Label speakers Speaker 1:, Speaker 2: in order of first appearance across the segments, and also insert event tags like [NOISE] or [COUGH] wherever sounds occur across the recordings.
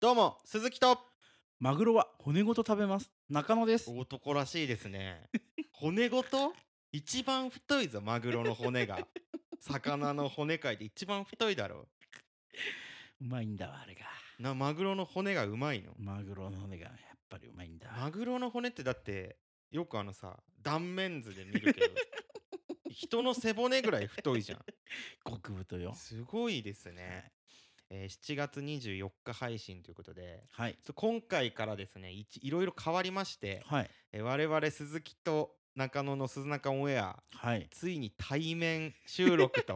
Speaker 1: どうも鈴木と
Speaker 2: マグロは骨ごと食べます中野です
Speaker 1: 男らしいですね骨ごと一番太いぞマグロの骨 [LAUGHS] が魚の骨界で一番太いだろ
Speaker 2: うまいんだわあれが
Speaker 1: なマグロの骨がうまいの
Speaker 2: マグロの骨がやっぱりうまいんだ
Speaker 1: マグロの骨ってだってよくあのさ断面図で見るけど人の背骨ぐらい太いじゃん
Speaker 2: 極太よ
Speaker 1: すごいですね、えー7月24日配信ということで
Speaker 2: はい
Speaker 1: そう今回からですねいちいろいろ変わりまして、
Speaker 2: はい
Speaker 1: えー我々鈴木と中野の鈴中オンエア
Speaker 2: はい
Speaker 1: ついに対面収録と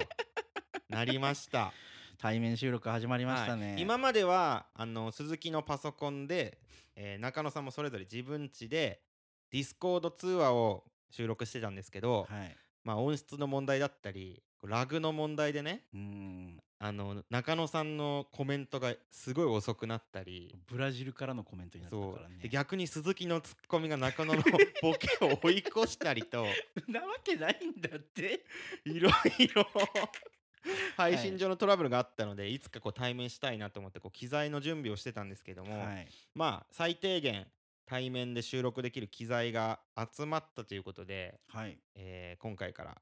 Speaker 1: なりま
Speaker 2: [LAUGHS]
Speaker 1: した
Speaker 2: 対面収録始まりましたね、
Speaker 1: はい今まではあの鈴木のパソコンで、えー中野さんもそれぞれ自分家でディスコード通話を収録してたんですけど、
Speaker 2: はい
Speaker 1: まあ、音質の問題だったりラグの問題でね
Speaker 2: うーん
Speaker 1: あの中野さんのコメントがすごい遅くなったり
Speaker 2: ブラジルからのコメントになった
Speaker 1: そ
Speaker 2: から
Speaker 1: うで
Speaker 2: ね
Speaker 1: 逆に鈴木のツッコミが中野のボケを追い越したりと
Speaker 2: なわけないんだ [LAUGHS] って
Speaker 1: いろいろ配信上のトラブルがあったのでいつかこう対面したいなと思ってこう機材の準備をしてたんですけども、
Speaker 2: はい
Speaker 1: まあ最低限対面で収録できる機材が集まったということで、
Speaker 2: はい
Speaker 1: えー今回から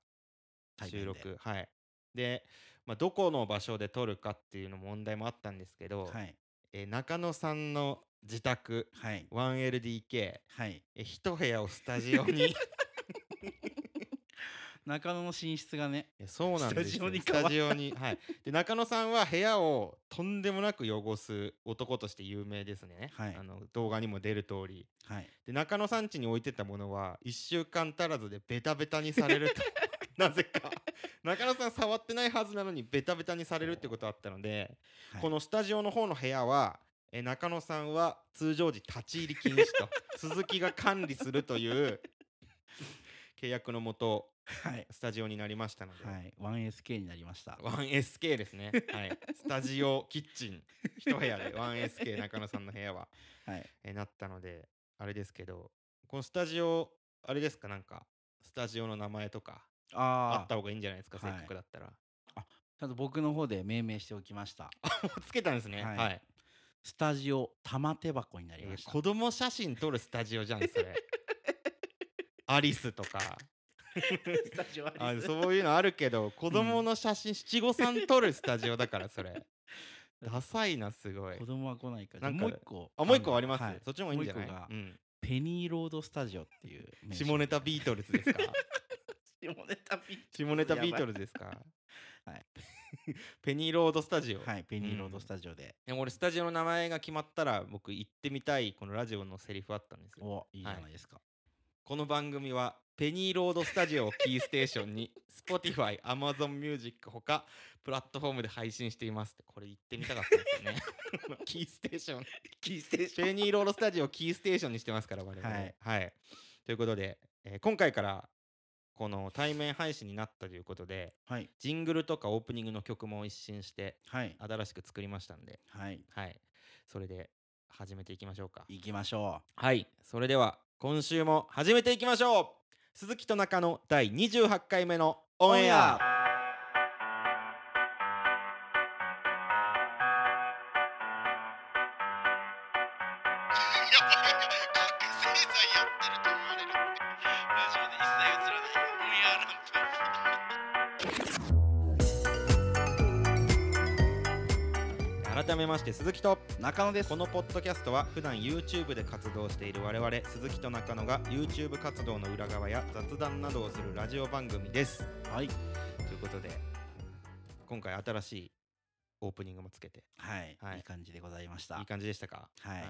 Speaker 2: 対面で
Speaker 1: 収録はいで、まあ、どこの場所で撮るかっていうのも問題もあったんですけど、
Speaker 2: はい
Speaker 1: えー中野さんの自宅
Speaker 2: はい
Speaker 1: 1LDK
Speaker 2: はい
Speaker 1: えー一部屋をスタジオに
Speaker 2: 中野の寝室がね
Speaker 1: えそうなんですよ
Speaker 2: スタジオに
Speaker 1: スタジオにはいで中野さんは部屋をとんでもなく汚す男として有名ですね、
Speaker 2: はい
Speaker 1: あの動画にも出る通り
Speaker 2: はい
Speaker 1: で中野さん家に置いてたものは1週間足らずでベタベタにされ
Speaker 2: [LAUGHS]
Speaker 1: るとなぜか中野さん触ってないはずなのにベタベタにされるってことあったので、
Speaker 2: はい
Speaker 1: このスタジオの方の部屋はえ中野さんは通常時立ち入り禁
Speaker 2: [LAUGHS]
Speaker 1: 止と鈴木が管理するという契約のもと
Speaker 2: はい
Speaker 1: スタジオになりましたので、
Speaker 2: はい 1SK になりました
Speaker 1: 1SK ですね、はい、スタジオキッチン一部屋で 1SK 中野さんの部屋は
Speaker 2: はい
Speaker 1: えーなったのであれですけどこのスタジオあれですかなんかスタジオの名前とかあ
Speaker 2: あ
Speaker 1: っ
Speaker 2: あ
Speaker 1: た方がいいんじゃないですかせ
Speaker 2: は
Speaker 1: っ
Speaker 2: い
Speaker 1: かくだったら、
Speaker 2: ちゃんと僕の方で命名しておきました
Speaker 1: もうつけたんですねは、
Speaker 2: はいいスタジオ玉手箱になり
Speaker 1: え
Speaker 2: ま
Speaker 1: ー
Speaker 2: した
Speaker 1: 子供写真撮るスタジオじゃんそれアリスとか
Speaker 2: スタジオ
Speaker 1: あ
Speaker 2: ありそう
Speaker 1: そういうのあるけど子供の写真七五三撮るスタジオだからそれダサいなすごい
Speaker 2: [LAUGHS] 子供は来ないか
Speaker 1: な
Speaker 2: ら
Speaker 1: んか
Speaker 2: もう一個
Speaker 1: あもう一個あります、
Speaker 2: はい
Speaker 1: そっちの方がいいんじゃない
Speaker 2: もう一個が
Speaker 1: うん、
Speaker 2: ペニーロードスタジオっていう名称
Speaker 1: 下ネタビートルズですか
Speaker 2: 下ネタビー
Speaker 1: [LAUGHS] 下ネタビートルズですか
Speaker 2: はい
Speaker 1: ペニーロードスタジオ、
Speaker 2: はいペニーロードスタジオで、
Speaker 1: でも俺スタジオの名前が決まったら僕行ってみたいこのラジオのセリフあったんですよ
Speaker 2: おいいじゃないですか、
Speaker 1: この番組はペニーロードスタジオをキーステーションに Spotify、Amazon Music ほかプラットフォームで配信していますってこれ行ってみたかったんですよね [LAUGHS] キーステーション
Speaker 2: キーステーシ
Speaker 1: ペニーロードスタジオをキーステーションにしてますから我々
Speaker 2: はい
Speaker 1: ということで、えー今回からこの対面配信になったということで
Speaker 2: はい
Speaker 1: ジングルとかオープニングの曲も一新して
Speaker 2: はい
Speaker 1: 新しく作りましたんで
Speaker 2: はい
Speaker 1: はい。それで始めていきましょうか。
Speaker 2: 行きましょ
Speaker 1: はい。それでは今週も始めていきましょう。鈴木と中野第28回目の
Speaker 2: う
Speaker 1: オンエア。
Speaker 3: 覚醒剤やってると思われるってラジオで一切映らないオンエアランプ
Speaker 1: 改めまして鈴木と
Speaker 2: 中野です
Speaker 1: このポッドキャストは普段 YouTube で活動している我々鈴木と中野が YouTube 活動の裏側や雑談などをするラジオ番組です。
Speaker 2: はい
Speaker 1: ということで今回新しいオープニングもつけて
Speaker 2: はい、
Speaker 1: はい
Speaker 2: い、い感じでございました
Speaker 1: いい感じでしたか、
Speaker 2: はい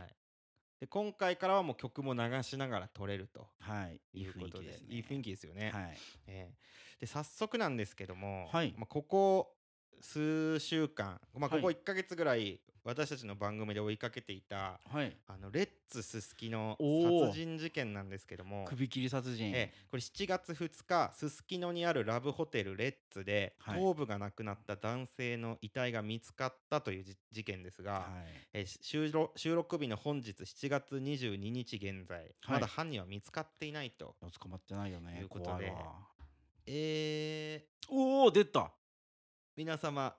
Speaker 1: で今回からはもう曲も流しながら撮れると
Speaker 2: はいいい
Speaker 1: いう
Speaker 2: 雰
Speaker 1: こ
Speaker 2: 囲
Speaker 1: と
Speaker 2: 気
Speaker 1: で
Speaker 2: ですね
Speaker 1: いい雰囲気ですよね。
Speaker 2: はい
Speaker 1: えーで早速なんですけども、
Speaker 2: はい
Speaker 1: まあ、ここ数週間、まあ、
Speaker 2: は
Speaker 1: こ
Speaker 2: い
Speaker 1: こ1ヶ月ぐらい私たちの番組で追いかけていた
Speaker 2: はい
Speaker 1: あのレッツすすきの
Speaker 2: おー
Speaker 1: 殺人事件なんですけども、
Speaker 2: 首切り殺人、
Speaker 1: えーこれ7月2日すすきのにあるラブホテルレッツで、
Speaker 2: はい
Speaker 1: 頭部がなくなった男性の遺体が見つかったというじ事件ですが。
Speaker 2: はい
Speaker 1: えーし収録収録日の本日7月22日現在、まだ犯人は見つかっていないと。
Speaker 2: 捕まってないよね
Speaker 1: いうことで
Speaker 2: 怖いわ
Speaker 1: えー、
Speaker 2: おお出た
Speaker 1: 皆様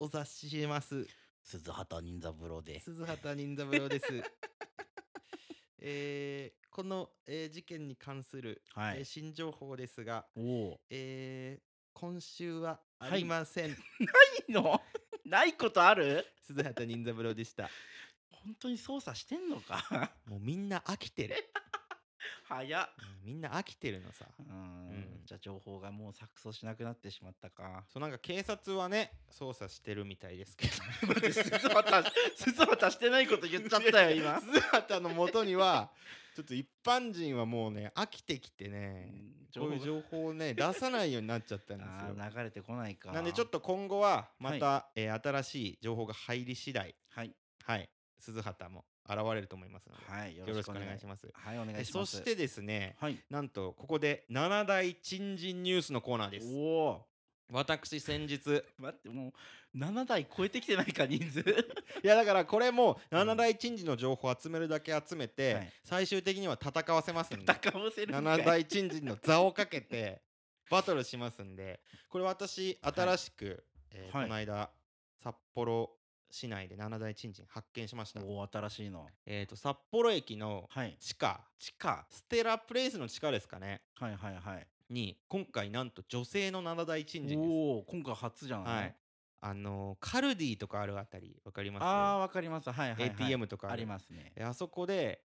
Speaker 1: お察しします
Speaker 2: 鈴畑任三郎で。
Speaker 1: 鈴畑任三郎
Speaker 2: [LAUGHS]
Speaker 1: です。えーこの、えー事件に関する、
Speaker 2: は
Speaker 1: えー
Speaker 2: い。
Speaker 1: 新情報ですが、
Speaker 2: おお。
Speaker 1: えー今週はあ
Speaker 2: はい
Speaker 1: りません。
Speaker 2: いいの [LAUGHS] ないことある
Speaker 1: 鈴畑任三郎で
Speaker 2: [LAUGHS]
Speaker 1: した。
Speaker 2: 本当に操作してんのか [LAUGHS]
Speaker 1: もうみんな飽きてる。
Speaker 2: 早っ。
Speaker 1: うんみんな飽きてるのさ。
Speaker 2: うー
Speaker 1: うん
Speaker 2: ん。じゃあ情報がもう錯綜しなくなってしまったか。
Speaker 1: そうなんか警察はね捜査してるみたいです
Speaker 2: [LAUGHS]
Speaker 1: けど
Speaker 2: 待って鈴畑、鈴畑してないこと言っちゃった
Speaker 1: [LAUGHS]
Speaker 2: よ、今。
Speaker 1: 鈴畑のもとにはちょっと一般人はもうね飽きてきてねこういう
Speaker 2: 報
Speaker 1: 情報をね出さないようになっちゃったんで
Speaker 2: が
Speaker 1: すよ。
Speaker 2: [LAUGHS] あー流れてこないか。
Speaker 1: なんでちょっと今後はまた、えー新しい情報が入り次第
Speaker 2: はい。
Speaker 1: はい鈴畑も現れると思いますので、
Speaker 2: はい。よ
Speaker 1: よ
Speaker 2: ろ
Speaker 1: ろし
Speaker 2: しく
Speaker 1: くお
Speaker 2: お願
Speaker 1: 願
Speaker 2: い
Speaker 1: い
Speaker 2: し
Speaker 1: し
Speaker 2: ます。
Speaker 1: ます。
Speaker 2: はい、お願
Speaker 1: え
Speaker 2: いしま
Speaker 1: そ
Speaker 2: す。
Speaker 1: して、ですね
Speaker 2: はい。
Speaker 1: なんとここで7大珍人ニュースのコーナーです。
Speaker 2: おお。
Speaker 1: 私先日
Speaker 2: 待って、もう7台超えてきてないか、人数。
Speaker 1: [LAUGHS] いやだからこれも
Speaker 2: うん
Speaker 1: 7大珍人の情報集めるだけ集めて、
Speaker 2: はい
Speaker 1: 最終的には戦わせますんで
Speaker 2: [LAUGHS] 高ぶせるんかい
Speaker 1: 7大珍人の座をかけてバトルしますんでこれ私新しく、えー
Speaker 2: はい
Speaker 1: この間札幌市内で7大珍人発見しました、
Speaker 2: おー新しいの。
Speaker 1: えー、と札幌駅の
Speaker 2: はい。
Speaker 1: 地下
Speaker 2: 地下。
Speaker 1: ステラプレイスの地下ですかね
Speaker 2: はいはいはい。
Speaker 1: に今回なんと女性の七大珍人です。
Speaker 2: おお、今回初じゃない。
Speaker 1: はい、あのーカルディとかあるあたりわかります
Speaker 2: ああ、わかります。はいはい、はい。
Speaker 1: ATM とか
Speaker 2: あり
Speaker 1: す
Speaker 2: ますね。
Speaker 1: えあそこで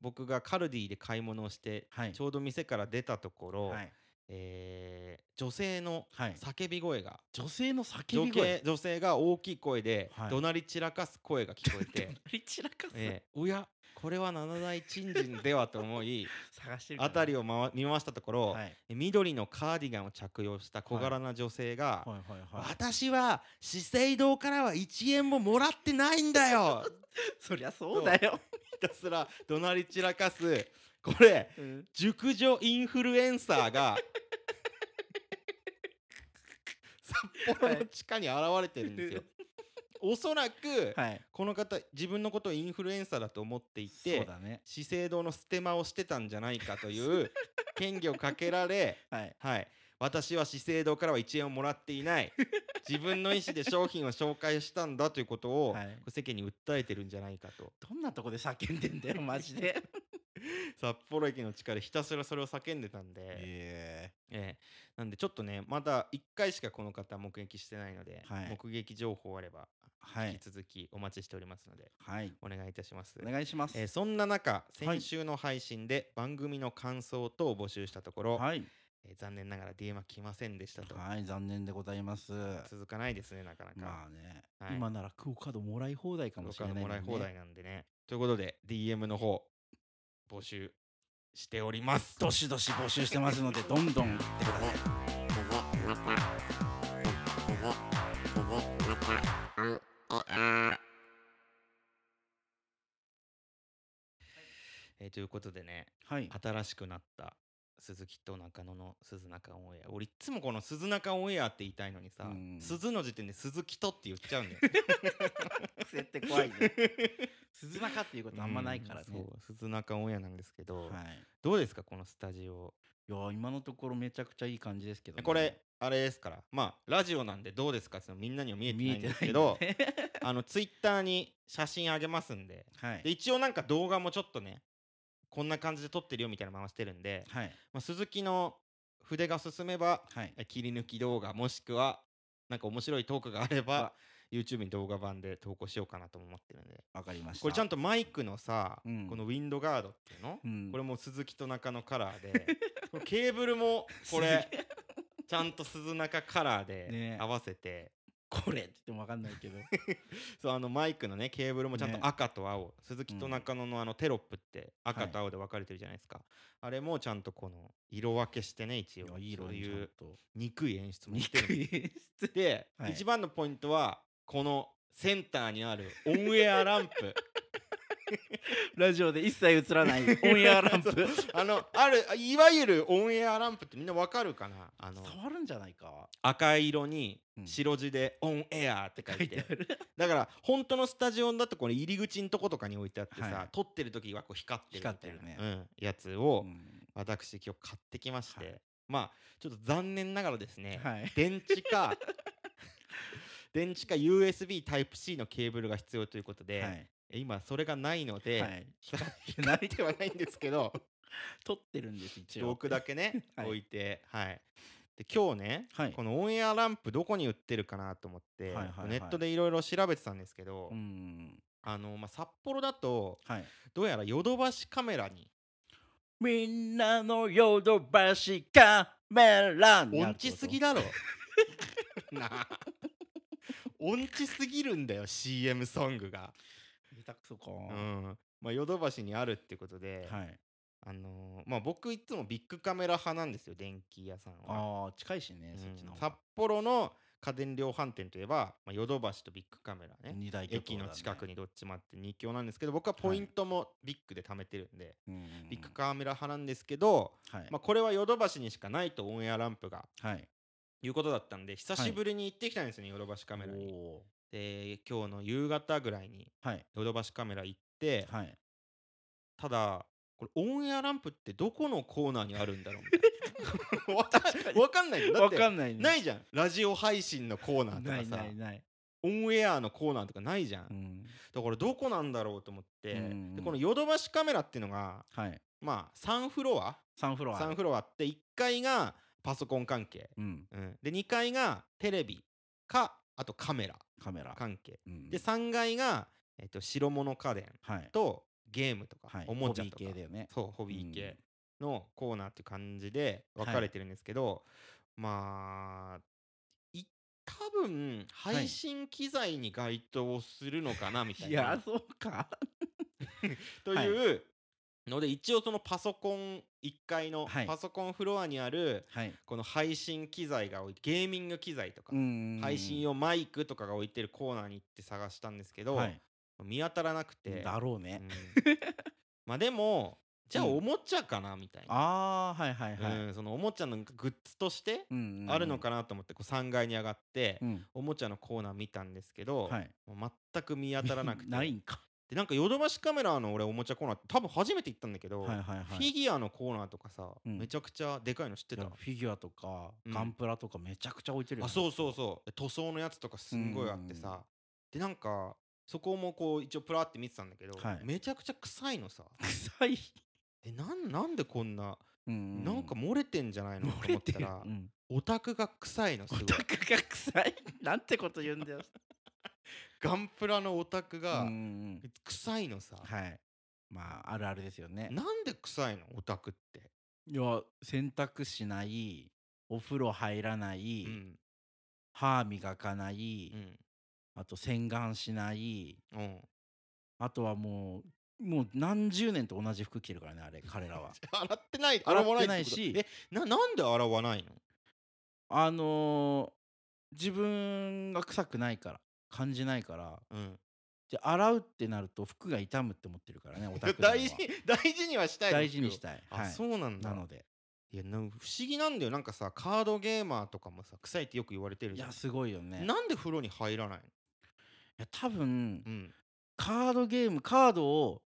Speaker 1: 僕がカルディで買い物をして、
Speaker 2: はい
Speaker 1: ちょうど店から出たところ、
Speaker 2: はい。
Speaker 1: えー女性の
Speaker 2: はい。
Speaker 1: 叫び声が
Speaker 2: 女性の叫
Speaker 1: 女
Speaker 2: び声
Speaker 1: 系。女性が大きい声で
Speaker 2: はい
Speaker 1: 怒鳴り散らかす声が聞こえ
Speaker 2: [LAUGHS]
Speaker 1: て、
Speaker 2: リ散らかす。
Speaker 1: えーおやこれは七大珍人ではと思
Speaker 2: [LAUGHS]
Speaker 1: い
Speaker 2: 探してるかな。
Speaker 1: 辺りを回見回したところ、
Speaker 2: はい。
Speaker 1: え緑のカーディガンを着用した小柄な女性が、
Speaker 2: はいはいはい。
Speaker 1: 私は資生堂からは1円ももらってないんだよ [LAUGHS]
Speaker 2: そりゃそうだよ。
Speaker 1: ひたすら怒鳴り散らかすこれ
Speaker 2: うん
Speaker 1: 熟女インフルエンサーが札幌の地下に現れてるんですよ。おそらく
Speaker 2: はい。
Speaker 1: この方自分のことをインフルエンサーだと思ってい
Speaker 2: そう
Speaker 1: て
Speaker 2: だね。
Speaker 1: 資生堂のステマをしてたんじゃないかという嫌疑をかけられ
Speaker 2: はい。
Speaker 1: はい、私は資生堂からは1円をもらっていない自分の意思で商品を紹介したんだということを、
Speaker 2: はい
Speaker 1: 世間に訴えてるんじゃないかと
Speaker 2: どんなとこで叫んでんだ
Speaker 1: [LAUGHS]
Speaker 2: よ、マジで。
Speaker 1: 札幌駅の地下でひたすらそれを叫んでたんで、え
Speaker 2: え
Speaker 1: えなんでちょっとねまだ1回しかこの方目撃してないので、
Speaker 2: はい
Speaker 1: 目撃情報あれば
Speaker 2: は
Speaker 1: 引
Speaker 2: い
Speaker 1: き。続きお待ちしておりますので、
Speaker 2: はい。
Speaker 1: お願いいたします
Speaker 2: お。願いします。
Speaker 1: えーそんな中
Speaker 2: はい
Speaker 1: 先週の配信で番組の感想等を募集したところ、
Speaker 2: はい。
Speaker 1: えー残念ながら DM は来ませんでしたと、
Speaker 2: はい、残念でございます。
Speaker 1: 続かないですねなかなか。
Speaker 2: まあね、
Speaker 1: はい
Speaker 2: 今ならクオカードもらい放題かもしれない、ね。
Speaker 1: もらい放題。なんでね。ということで、DM の方、募集しております。
Speaker 2: どしどし募集してますので、どんどん送ってください。
Speaker 1: えーということでね、
Speaker 2: はい。
Speaker 1: 新しくなった鈴木と中野の鈴中オンエア。俺いつもこの鈴中オンエアって言いたいのにさ
Speaker 2: うん、
Speaker 1: 鈴の時点で鈴木とって言っちゃうんだよ。
Speaker 2: 癖って怖いね。 [LAUGHS] 鈴中っていうことあんまないからね。
Speaker 1: うんそう鈴中オンエアなんですけど、
Speaker 2: はい。
Speaker 1: どうですか、このスタジオ。
Speaker 2: いやー、今のところめちゃくちゃいい感じですけど、ね。
Speaker 1: これ、あれですから、まあ、ラジオなんでどうですかっていうのみんなには見えて
Speaker 2: 見
Speaker 1: な
Speaker 2: え
Speaker 1: いんで
Speaker 2: てない
Speaker 1: すけ
Speaker 2: け
Speaker 1: ど
Speaker 2: ど、。
Speaker 1: あの、ツイッターに写真あげますんで、
Speaker 2: は
Speaker 1: で
Speaker 2: い。
Speaker 1: 一応なんか動画もちょっとねこんな感じで撮ってるよみたいなの回してるんで、
Speaker 2: はい。
Speaker 1: まあ、鈴木の筆が進めば
Speaker 2: はい。
Speaker 1: え切り抜き動画もしくはなんか面白いトークがあれば
Speaker 2: わ
Speaker 1: YouTube に動画版で投稿しようかなとも思ってるんで
Speaker 2: わかりました。
Speaker 1: これちゃん
Speaker 2: と、
Speaker 1: とマイクのさ、
Speaker 2: うん
Speaker 1: このウィンドガードっていうの、
Speaker 2: うん、
Speaker 1: これもう鈴木と中野カラーでこれケーブルもこれ
Speaker 2: すげえ、
Speaker 1: ちゃんと鈴中カラー
Speaker 2: ね
Speaker 1: で合わせて、
Speaker 2: これって言ってもわかんないけど。
Speaker 1: そうあのマイクのねケーブルもちゃんと
Speaker 2: ね
Speaker 1: 赤と青、鈴木
Speaker 2: う
Speaker 1: と
Speaker 2: ん
Speaker 1: 中野のあのテロップって赤
Speaker 2: はい
Speaker 1: と青で分かれてるじゃないですか、あれもちゃんとこの色分けしてね一応
Speaker 2: いやいい色
Speaker 1: そう
Speaker 2: にち
Speaker 1: い
Speaker 2: ゃん
Speaker 1: う
Speaker 2: と。
Speaker 1: 憎い演出もして
Speaker 2: 憎
Speaker 1: る
Speaker 2: い演出。
Speaker 1: で、
Speaker 2: はい
Speaker 1: 一番のポイントはこのセンターにあるオンエアランプ
Speaker 2: [LAUGHS] ラジオで一切映らないオンエア
Speaker 1: [LAUGHS]
Speaker 2: ランプ
Speaker 1: そう。あのあるいわゆるオンエアランプってみんな分かるかなあの
Speaker 2: 伝わるんじゃないか
Speaker 1: 赤い色に
Speaker 2: うん
Speaker 1: 白字で「オンエア」って書いて
Speaker 2: ある
Speaker 1: だから本当のスタジオだとこれ入り口のとことかに置いてあってさ、
Speaker 2: はい
Speaker 1: 撮ってる時はこう光ってるみたいな
Speaker 2: 光ってるね
Speaker 1: うん、やつを
Speaker 2: うん
Speaker 1: 私今日買ってきまして、
Speaker 2: はい [LAUGHS]
Speaker 1: まあちょっと残念ながらですね、
Speaker 2: はい
Speaker 1: 電池か電池か USB Type-C のケーブルが必要ということで、
Speaker 2: はい
Speaker 1: え今それがないので、
Speaker 2: はい光って
Speaker 1: ではないんですけ
Speaker 2: [LAUGHS]
Speaker 1: ど
Speaker 2: 撮ってるんです一応
Speaker 1: 僕だけね、
Speaker 2: [LAUGHS] はい
Speaker 1: 置いてはいで今日ね、
Speaker 2: はい
Speaker 1: このオンエアランプどこに売ってるかなと思って、
Speaker 2: はいはいはい
Speaker 1: ネットでいろいろ調べてたんですけど、
Speaker 2: うん
Speaker 1: あのまあ、札幌だと
Speaker 2: はい
Speaker 1: どうやらヨドバシカメラに
Speaker 2: みんなのヨドバシカメラにな
Speaker 1: 音
Speaker 2: るって
Speaker 1: 痴
Speaker 2: こと
Speaker 1: すぎだろ [LAUGHS] なあ音痴すぎるんだよ CM ソングが、
Speaker 2: 下手くそか、
Speaker 1: うんまあ、ヨドバシにあるってことで、
Speaker 2: はい
Speaker 1: あのーまあ、僕いつもビッグカメラ派なんですよ電気屋さんは、
Speaker 2: ああ近いしね、
Speaker 1: うん
Speaker 2: そっちの方
Speaker 1: 札
Speaker 2: が
Speaker 1: 幌の家電量販店といえばまあヨドバシとビッグカメラね
Speaker 2: 二大巨頭
Speaker 1: 駅の近く
Speaker 2: に、
Speaker 1: にどっちもあって2強なんですけど僕はポイントもビッグで貯めてるんで、
Speaker 2: うん
Speaker 1: ビッグカメラ派なんですけど、
Speaker 2: はい、
Speaker 1: まあ、これはヨドバシにしかないとオンエアランプが
Speaker 2: はい
Speaker 1: いうことだったんで久しぶりに行ってきたんですよね、ヨドバシカメラに。
Speaker 2: お
Speaker 1: で今日の夕方ぐらいに
Speaker 2: ーはい
Speaker 1: ヨドバシカメラ行って、
Speaker 2: はい
Speaker 1: ただこれオンエアランプってどこのコーナーにあるんだろうみ
Speaker 2: [LAUGHS]
Speaker 1: たいなわか
Speaker 2: かに
Speaker 1: わかんないよだっ
Speaker 2: わ
Speaker 1: て
Speaker 2: かんないね
Speaker 1: ないじゃんラジオ配信のコーナーと
Speaker 2: な
Speaker 1: か
Speaker 2: い
Speaker 1: さ
Speaker 2: ないない、
Speaker 1: オンエアのコーナーとかないじゃん、
Speaker 2: うん、
Speaker 1: だからどこなんだろうと思って、
Speaker 2: うんうん
Speaker 1: でこのヨドバシカメラっていうのが
Speaker 2: はい
Speaker 1: まあ3フロア
Speaker 2: サンフロア
Speaker 1: 3フロアあって1階がパソコン関係、
Speaker 2: うん
Speaker 1: うん、で2階がテレビかあとカメラ
Speaker 2: カメラ、
Speaker 1: 関係
Speaker 2: うん
Speaker 1: で3階が、えっと白物家電
Speaker 2: はい
Speaker 1: とゲームとか、
Speaker 2: はい
Speaker 1: おもちゃとか
Speaker 2: ホビー系だよね
Speaker 1: そうホビー系のコーナーっていう感じで分かれてるんですけど、まあい多分
Speaker 2: い
Speaker 1: 配信機材に該当するのかなみたい
Speaker 2: [LAUGHS] い
Speaker 1: な、
Speaker 2: やそうか
Speaker 1: というので一応そのパソコン1階の
Speaker 2: はい
Speaker 1: パソコンフロアにある
Speaker 2: はい
Speaker 1: この配信機材が置いてゲーミング機材とか、
Speaker 2: うん
Speaker 1: [LAUGHS] 配信用マイクとかが置いてるコーナーに行って探したんですけど、
Speaker 2: はい
Speaker 1: 見当たらなくて
Speaker 2: だろうね、
Speaker 1: うん [LAUGHS] まあでもじゃあ
Speaker 2: うん
Speaker 1: おもちゃかなみたいな、
Speaker 2: ああはいはいはい、
Speaker 1: うんそのおもちゃのなんかグッズとして
Speaker 2: うんうん
Speaker 1: あるの、かなと思ってこう3階に上がって、
Speaker 2: うん
Speaker 1: おもちゃのコーナー見たんですけど、
Speaker 2: はい、
Speaker 1: もう全く見当たらなくて
Speaker 2: [LAUGHS] ないんか、
Speaker 1: でなんかヨドバシカメラの俺おもちゃコーナーって多分初めて行ったんだけど、
Speaker 2: はいはいはい、
Speaker 1: フィギュアのコーナーとかさ、
Speaker 2: うん
Speaker 1: めちゃくちゃでかいの知って
Speaker 2: い
Speaker 1: た
Speaker 2: やフィギュアとか、
Speaker 1: うん
Speaker 2: ガンプラとかめちゃくちゃ置いてるよ
Speaker 1: あ
Speaker 2: ね
Speaker 1: そうそうそうで塗装のやつとかすんごいあって
Speaker 2: うんうん
Speaker 1: さでなんかそこもこう一応プラって見てたんだけど、
Speaker 2: はい
Speaker 1: めちゃくちゃ臭いのさ
Speaker 2: 臭い、
Speaker 1: えなんなんでこんな
Speaker 2: うん
Speaker 1: なんか漏れてんじゃないのと
Speaker 2: 漏
Speaker 1: 思
Speaker 2: れ
Speaker 1: ってた
Speaker 2: る、
Speaker 1: ら
Speaker 2: うん、
Speaker 1: オタクが臭いのす
Speaker 2: オ
Speaker 1: ごい
Speaker 2: タクが臭いなんてこと言うん
Speaker 1: [LAUGHS]
Speaker 2: だよ
Speaker 1: ガンプラのオタク
Speaker 2: うん
Speaker 1: が
Speaker 2: うんうん
Speaker 1: 臭いのさ
Speaker 2: はいまああるあるですよね
Speaker 1: なんで臭いのオタクって
Speaker 2: いや洗濯しないお風呂入らない、
Speaker 1: うん
Speaker 2: 歯磨かない、
Speaker 1: うん
Speaker 2: あと洗顔しない
Speaker 1: うん
Speaker 2: あとはもうもう何十年と同じ服着てるからねあれ彼らは
Speaker 1: [LAUGHS] 洗ってない
Speaker 2: 洗
Speaker 1: 洗
Speaker 2: わ
Speaker 1: わ
Speaker 2: な
Speaker 1: ないい
Speaker 2: ってこと
Speaker 1: しえななんで洗わないの
Speaker 2: あのー自分が臭くないから感じないから
Speaker 1: うん
Speaker 2: じゃあ洗うってなると服が傷むって思ってるからねオタク
Speaker 1: 大事
Speaker 2: に
Speaker 1: 大事にはしたいの
Speaker 2: 大事にしたい、
Speaker 1: あ
Speaker 2: はい、
Speaker 1: そうなんだ
Speaker 2: なので
Speaker 1: いやなん不思議なんだよなんかさカードゲーマーとかもさ臭いってよく言われてる
Speaker 2: い
Speaker 1: じゃん
Speaker 2: やすごいよね
Speaker 1: なんで風呂に入らないの
Speaker 2: いや多分
Speaker 1: うん
Speaker 2: カードゲームカードを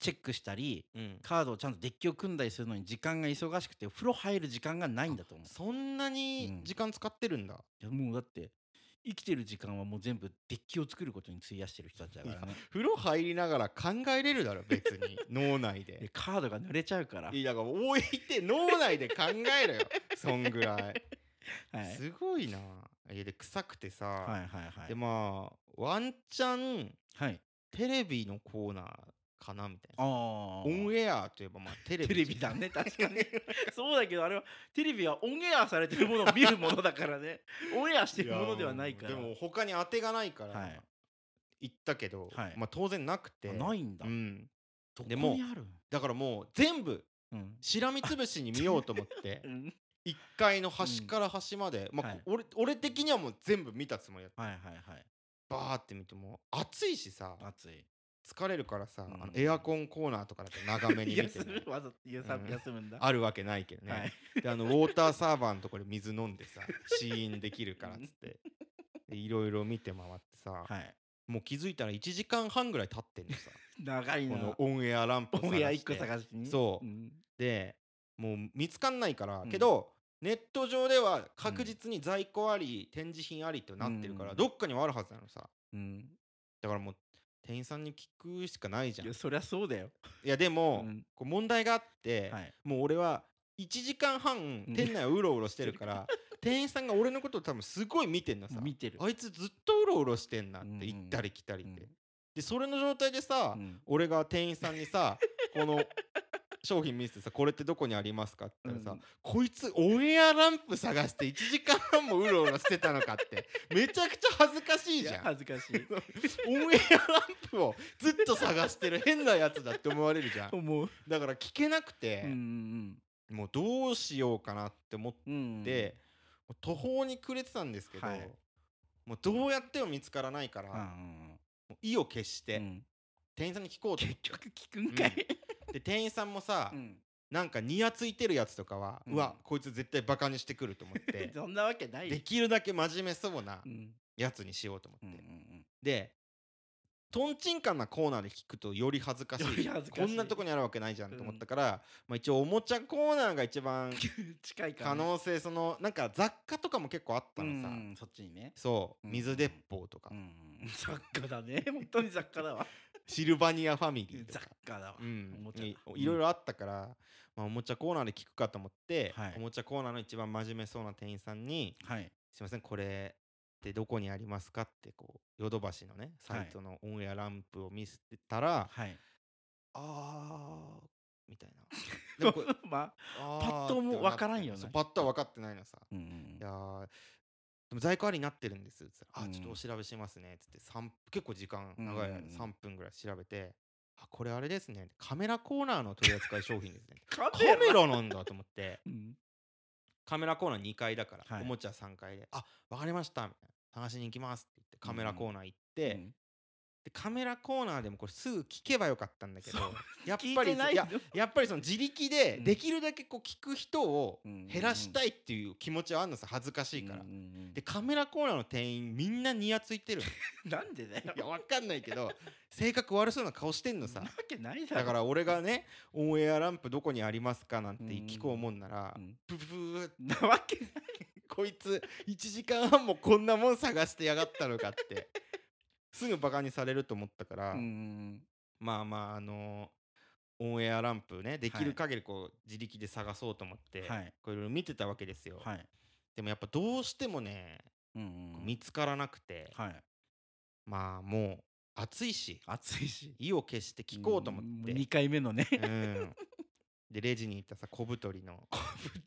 Speaker 2: チェックしたり
Speaker 1: うん
Speaker 2: カードをちゃんとデッキを組んだりするのに時間が忙しくて風呂入る時間がないんだと思う
Speaker 1: そんなに時間使ってるんだ、
Speaker 2: いやもうだって生きてる時間はもう全部デッキを作ることに費やしてる人たちだからね
Speaker 1: 風呂入りながら考えれるだろ別
Speaker 2: [LAUGHS]
Speaker 1: に脳内
Speaker 2: で
Speaker 1: で
Speaker 2: カードが濡れちゃうから、
Speaker 1: いやだから置いて脳内で考え
Speaker 2: [LAUGHS]
Speaker 1: ろよそんぐらい、
Speaker 2: はい、
Speaker 1: すごいないやで臭くてさ、
Speaker 2: はいはいはい
Speaker 1: でまあワンチャン
Speaker 2: はい
Speaker 1: テレビのコーナーかなみたい
Speaker 2: あ
Speaker 1: な
Speaker 2: あ
Speaker 1: オンエアといえばまあテレビ
Speaker 2: テレビだね確かに [LAUGHS] そうだけどあれはテレビはオンエアされてるものを見るものだからねオンエアしてるものではないから
Speaker 1: やもうでも他に当てがないから、
Speaker 2: はい
Speaker 1: 行ったけど、
Speaker 2: はい
Speaker 1: まあ当然なくて
Speaker 2: あないんだ、
Speaker 1: うん、
Speaker 2: どこ
Speaker 1: でも
Speaker 2: にある
Speaker 1: だからもう全部
Speaker 2: うん
Speaker 1: しらみつぶしに見ようと思
Speaker 2: [LAUGHS]
Speaker 1: って
Speaker 2: うん
Speaker 1: 1階の端から端まで、まあ
Speaker 2: はい
Speaker 1: 俺俺的にはもう全部見たつもりだった
Speaker 2: はいはいはい
Speaker 1: バーって見てもう暑いしさ
Speaker 2: 暑い
Speaker 1: 疲れるからさ、
Speaker 2: うん
Speaker 1: あのエアコンコーナーとかだと長めに見て
Speaker 2: 休
Speaker 1: も
Speaker 2: むわざと休
Speaker 1: うん
Speaker 2: 休むんだ、
Speaker 1: あるわけないけどね、
Speaker 2: はい
Speaker 1: であのウォーターサーバーのところで水飲んでさ試飲できるからっつってでいろいろ見て回ってさ、
Speaker 2: はい
Speaker 1: もう気づいたら1時間半ぐらい経ってんのさ
Speaker 2: 長い
Speaker 1: こ
Speaker 2: な
Speaker 1: のオンエアランプを
Speaker 2: オ
Speaker 1: 探
Speaker 2: ンエア
Speaker 1: し
Speaker 2: 一個
Speaker 1: て
Speaker 2: 探しに
Speaker 1: そうんでもう見つかんないから、
Speaker 2: うん
Speaker 1: けどネット上では確実に在庫あり、展示品ありってなってるから、
Speaker 2: うん
Speaker 1: どっかにはあるはずなのさ
Speaker 2: うん、
Speaker 1: だからもう店員さんに聞くしかないじゃ
Speaker 2: い
Speaker 1: んい
Speaker 2: やそりゃそうだよ、
Speaker 1: やで
Speaker 2: う
Speaker 1: も、
Speaker 2: ん、
Speaker 1: こう問題があって、
Speaker 2: はい
Speaker 1: もう俺は1時間半
Speaker 2: うん
Speaker 1: 店内をうろうろしてるから
Speaker 2: [LAUGHS]
Speaker 1: 店員さんが俺のことを多分すごい見てんのさ
Speaker 2: もう見てる
Speaker 1: あいつずっとうろうろしてんなっ
Speaker 2: うんうん
Speaker 1: て行ったり来たりっ
Speaker 2: うん
Speaker 1: て、でそれの状態でさ、
Speaker 2: うん
Speaker 1: 俺が店員さんに
Speaker 2: [LAUGHS]
Speaker 1: さこの商品見せてさこれってどこにありますかって言ったらさ、
Speaker 2: うん
Speaker 1: こいつオンエアランプ探して1時間半もうろうろしてたのかってめちゃくちゃ恥ずかしい
Speaker 2: い
Speaker 1: じ
Speaker 2: や
Speaker 1: ゃん。
Speaker 2: 恥ずかし
Speaker 1: [LAUGHS]
Speaker 2: い
Speaker 1: オンエアランプをずっと探して
Speaker 2: [LAUGHS]
Speaker 1: る変なやつだって思われるじゃん
Speaker 2: 思う、
Speaker 1: だから聞けなくて、
Speaker 2: うんうん
Speaker 1: もうどうしようかなって思っ
Speaker 2: うんうん
Speaker 1: て、もう途方に暮れてたんですけど、
Speaker 2: はい
Speaker 1: もうどうやっても見つからないから、
Speaker 2: うんう
Speaker 1: も
Speaker 2: ん
Speaker 1: う意を決し
Speaker 2: う
Speaker 1: て、
Speaker 2: ん、
Speaker 1: 店員さんに聞 [LAUGHS] こうと
Speaker 2: 結局聞くんかい、
Speaker 1: で店員さんもさ、
Speaker 2: ん
Speaker 1: なんかニヤついてるやつとかは、
Speaker 2: う
Speaker 1: うんわこいつ絶対バカにしてくると思っ
Speaker 2: [LAUGHS]
Speaker 1: て
Speaker 2: そんなわけないよ
Speaker 1: できるだけ真面目そうな
Speaker 2: うん
Speaker 1: やつにしようと思
Speaker 2: うん
Speaker 1: っ
Speaker 2: うん
Speaker 1: て、
Speaker 2: うん
Speaker 1: でとんちんかんなコーナーで聞くとより恥ずかし
Speaker 2: よ
Speaker 1: い
Speaker 2: り恥ずかしい
Speaker 1: こんなとこにあるわけないじゃんと思ったから、まあ、一応おもちゃコーナーが一番
Speaker 2: 近いから
Speaker 1: 可
Speaker 2: ね、
Speaker 1: 能性そのなんか雑貨とかも結構あったのさ、
Speaker 2: うんうんそっちにね
Speaker 1: そう
Speaker 2: うん
Speaker 1: 水鉄砲とか、
Speaker 2: うんうん [LAUGHS] 作家だ
Speaker 1: [LAUGHS]
Speaker 2: ね本当に作家だわ
Speaker 1: シルバニアファミリーと
Speaker 2: 雑
Speaker 1: か、
Speaker 2: 貨だわ、
Speaker 1: うん
Speaker 2: おもちゃ
Speaker 1: いいろいろあったから、まあ、おもちゃコーナーで聞くかと思って、
Speaker 2: はい
Speaker 1: おもちゃコーナーの一番真面目そうな店員さんに
Speaker 2: はい
Speaker 1: 「すいませんこれってどこにありますか?」ってこうヨドバシのねサイトのオンエアランプを見せてたら「 [LAUGHS]
Speaker 2: はい
Speaker 1: あー」みたいなで
Speaker 2: [LAUGHS]
Speaker 1: もこれ
Speaker 2: まあ、
Speaker 1: あー
Speaker 2: パッとも
Speaker 1: ってなって
Speaker 2: わからんよね
Speaker 1: そうパッとは分かってないのさ
Speaker 2: う
Speaker 1: 「
Speaker 2: ん
Speaker 1: いやーでも在庫ありになってるんです」つったら「あ
Speaker 2: うん
Speaker 1: ちょっとお調べしますね」つって三結構時間長い
Speaker 2: うんうんうん
Speaker 1: 3分ぐらい調べて「あこれあれですねカメラコーナーの取り扱い商品ですね
Speaker 2: カ
Speaker 1: カ
Speaker 2: メラ
Speaker 1: メラなんだ」と思って
Speaker 2: うん
Speaker 1: カメラコーナー2階だから、
Speaker 2: はい
Speaker 1: おもちゃ3階で「あわかりました」みたいな「探しに行きます」って言ってカメラコーナー行って、
Speaker 2: うん
Speaker 1: でカメラコーナーでもこれすぐ聞けばよかったんだけど
Speaker 2: そう
Speaker 1: [LAUGHS] やっ
Speaker 2: 聞
Speaker 1: ぱ
Speaker 2: い
Speaker 1: り
Speaker 2: て
Speaker 1: そ
Speaker 2: ない
Speaker 1: い
Speaker 2: よ
Speaker 1: ややっぱりその自力で
Speaker 2: うん
Speaker 1: できるだけこう聞く人を
Speaker 2: うん
Speaker 1: 減らしたいっていう気持ちはあんのさ恥ずかしいから。
Speaker 2: うんうんうん
Speaker 1: でカメラコーナーの店員みんなニヤついて
Speaker 2: [LAUGHS]
Speaker 1: るの
Speaker 2: なんでだよ
Speaker 1: いやわかんないけど性格悪そうな顔してんの
Speaker 2: そ
Speaker 1: さ
Speaker 2: んなわけないだろ
Speaker 1: だから俺が
Speaker 2: [LAUGHS]
Speaker 1: ね「オンエアランプどこにありますか?」なんて聞こうもんなら
Speaker 2: うん
Speaker 1: ブブーって
Speaker 2: なわけない
Speaker 1: こいつ1時間半もこんなもん探してやがったのかってすぐバカにされると思ったから、
Speaker 2: ん
Speaker 1: まあまああのオンエアランプねできる限りこう自力で探そうと思って、
Speaker 2: はい
Speaker 1: こういろいろ見てたわけですよ、
Speaker 2: はい
Speaker 1: でもやっぱどうしてもね
Speaker 2: うんうん
Speaker 1: 見つからなくて、
Speaker 2: はい
Speaker 1: まあもう暑いし
Speaker 2: 暑いし
Speaker 1: 意を決して聞こうと思って、
Speaker 2: 2回目のね
Speaker 1: うんでレジに行ったさ小太りの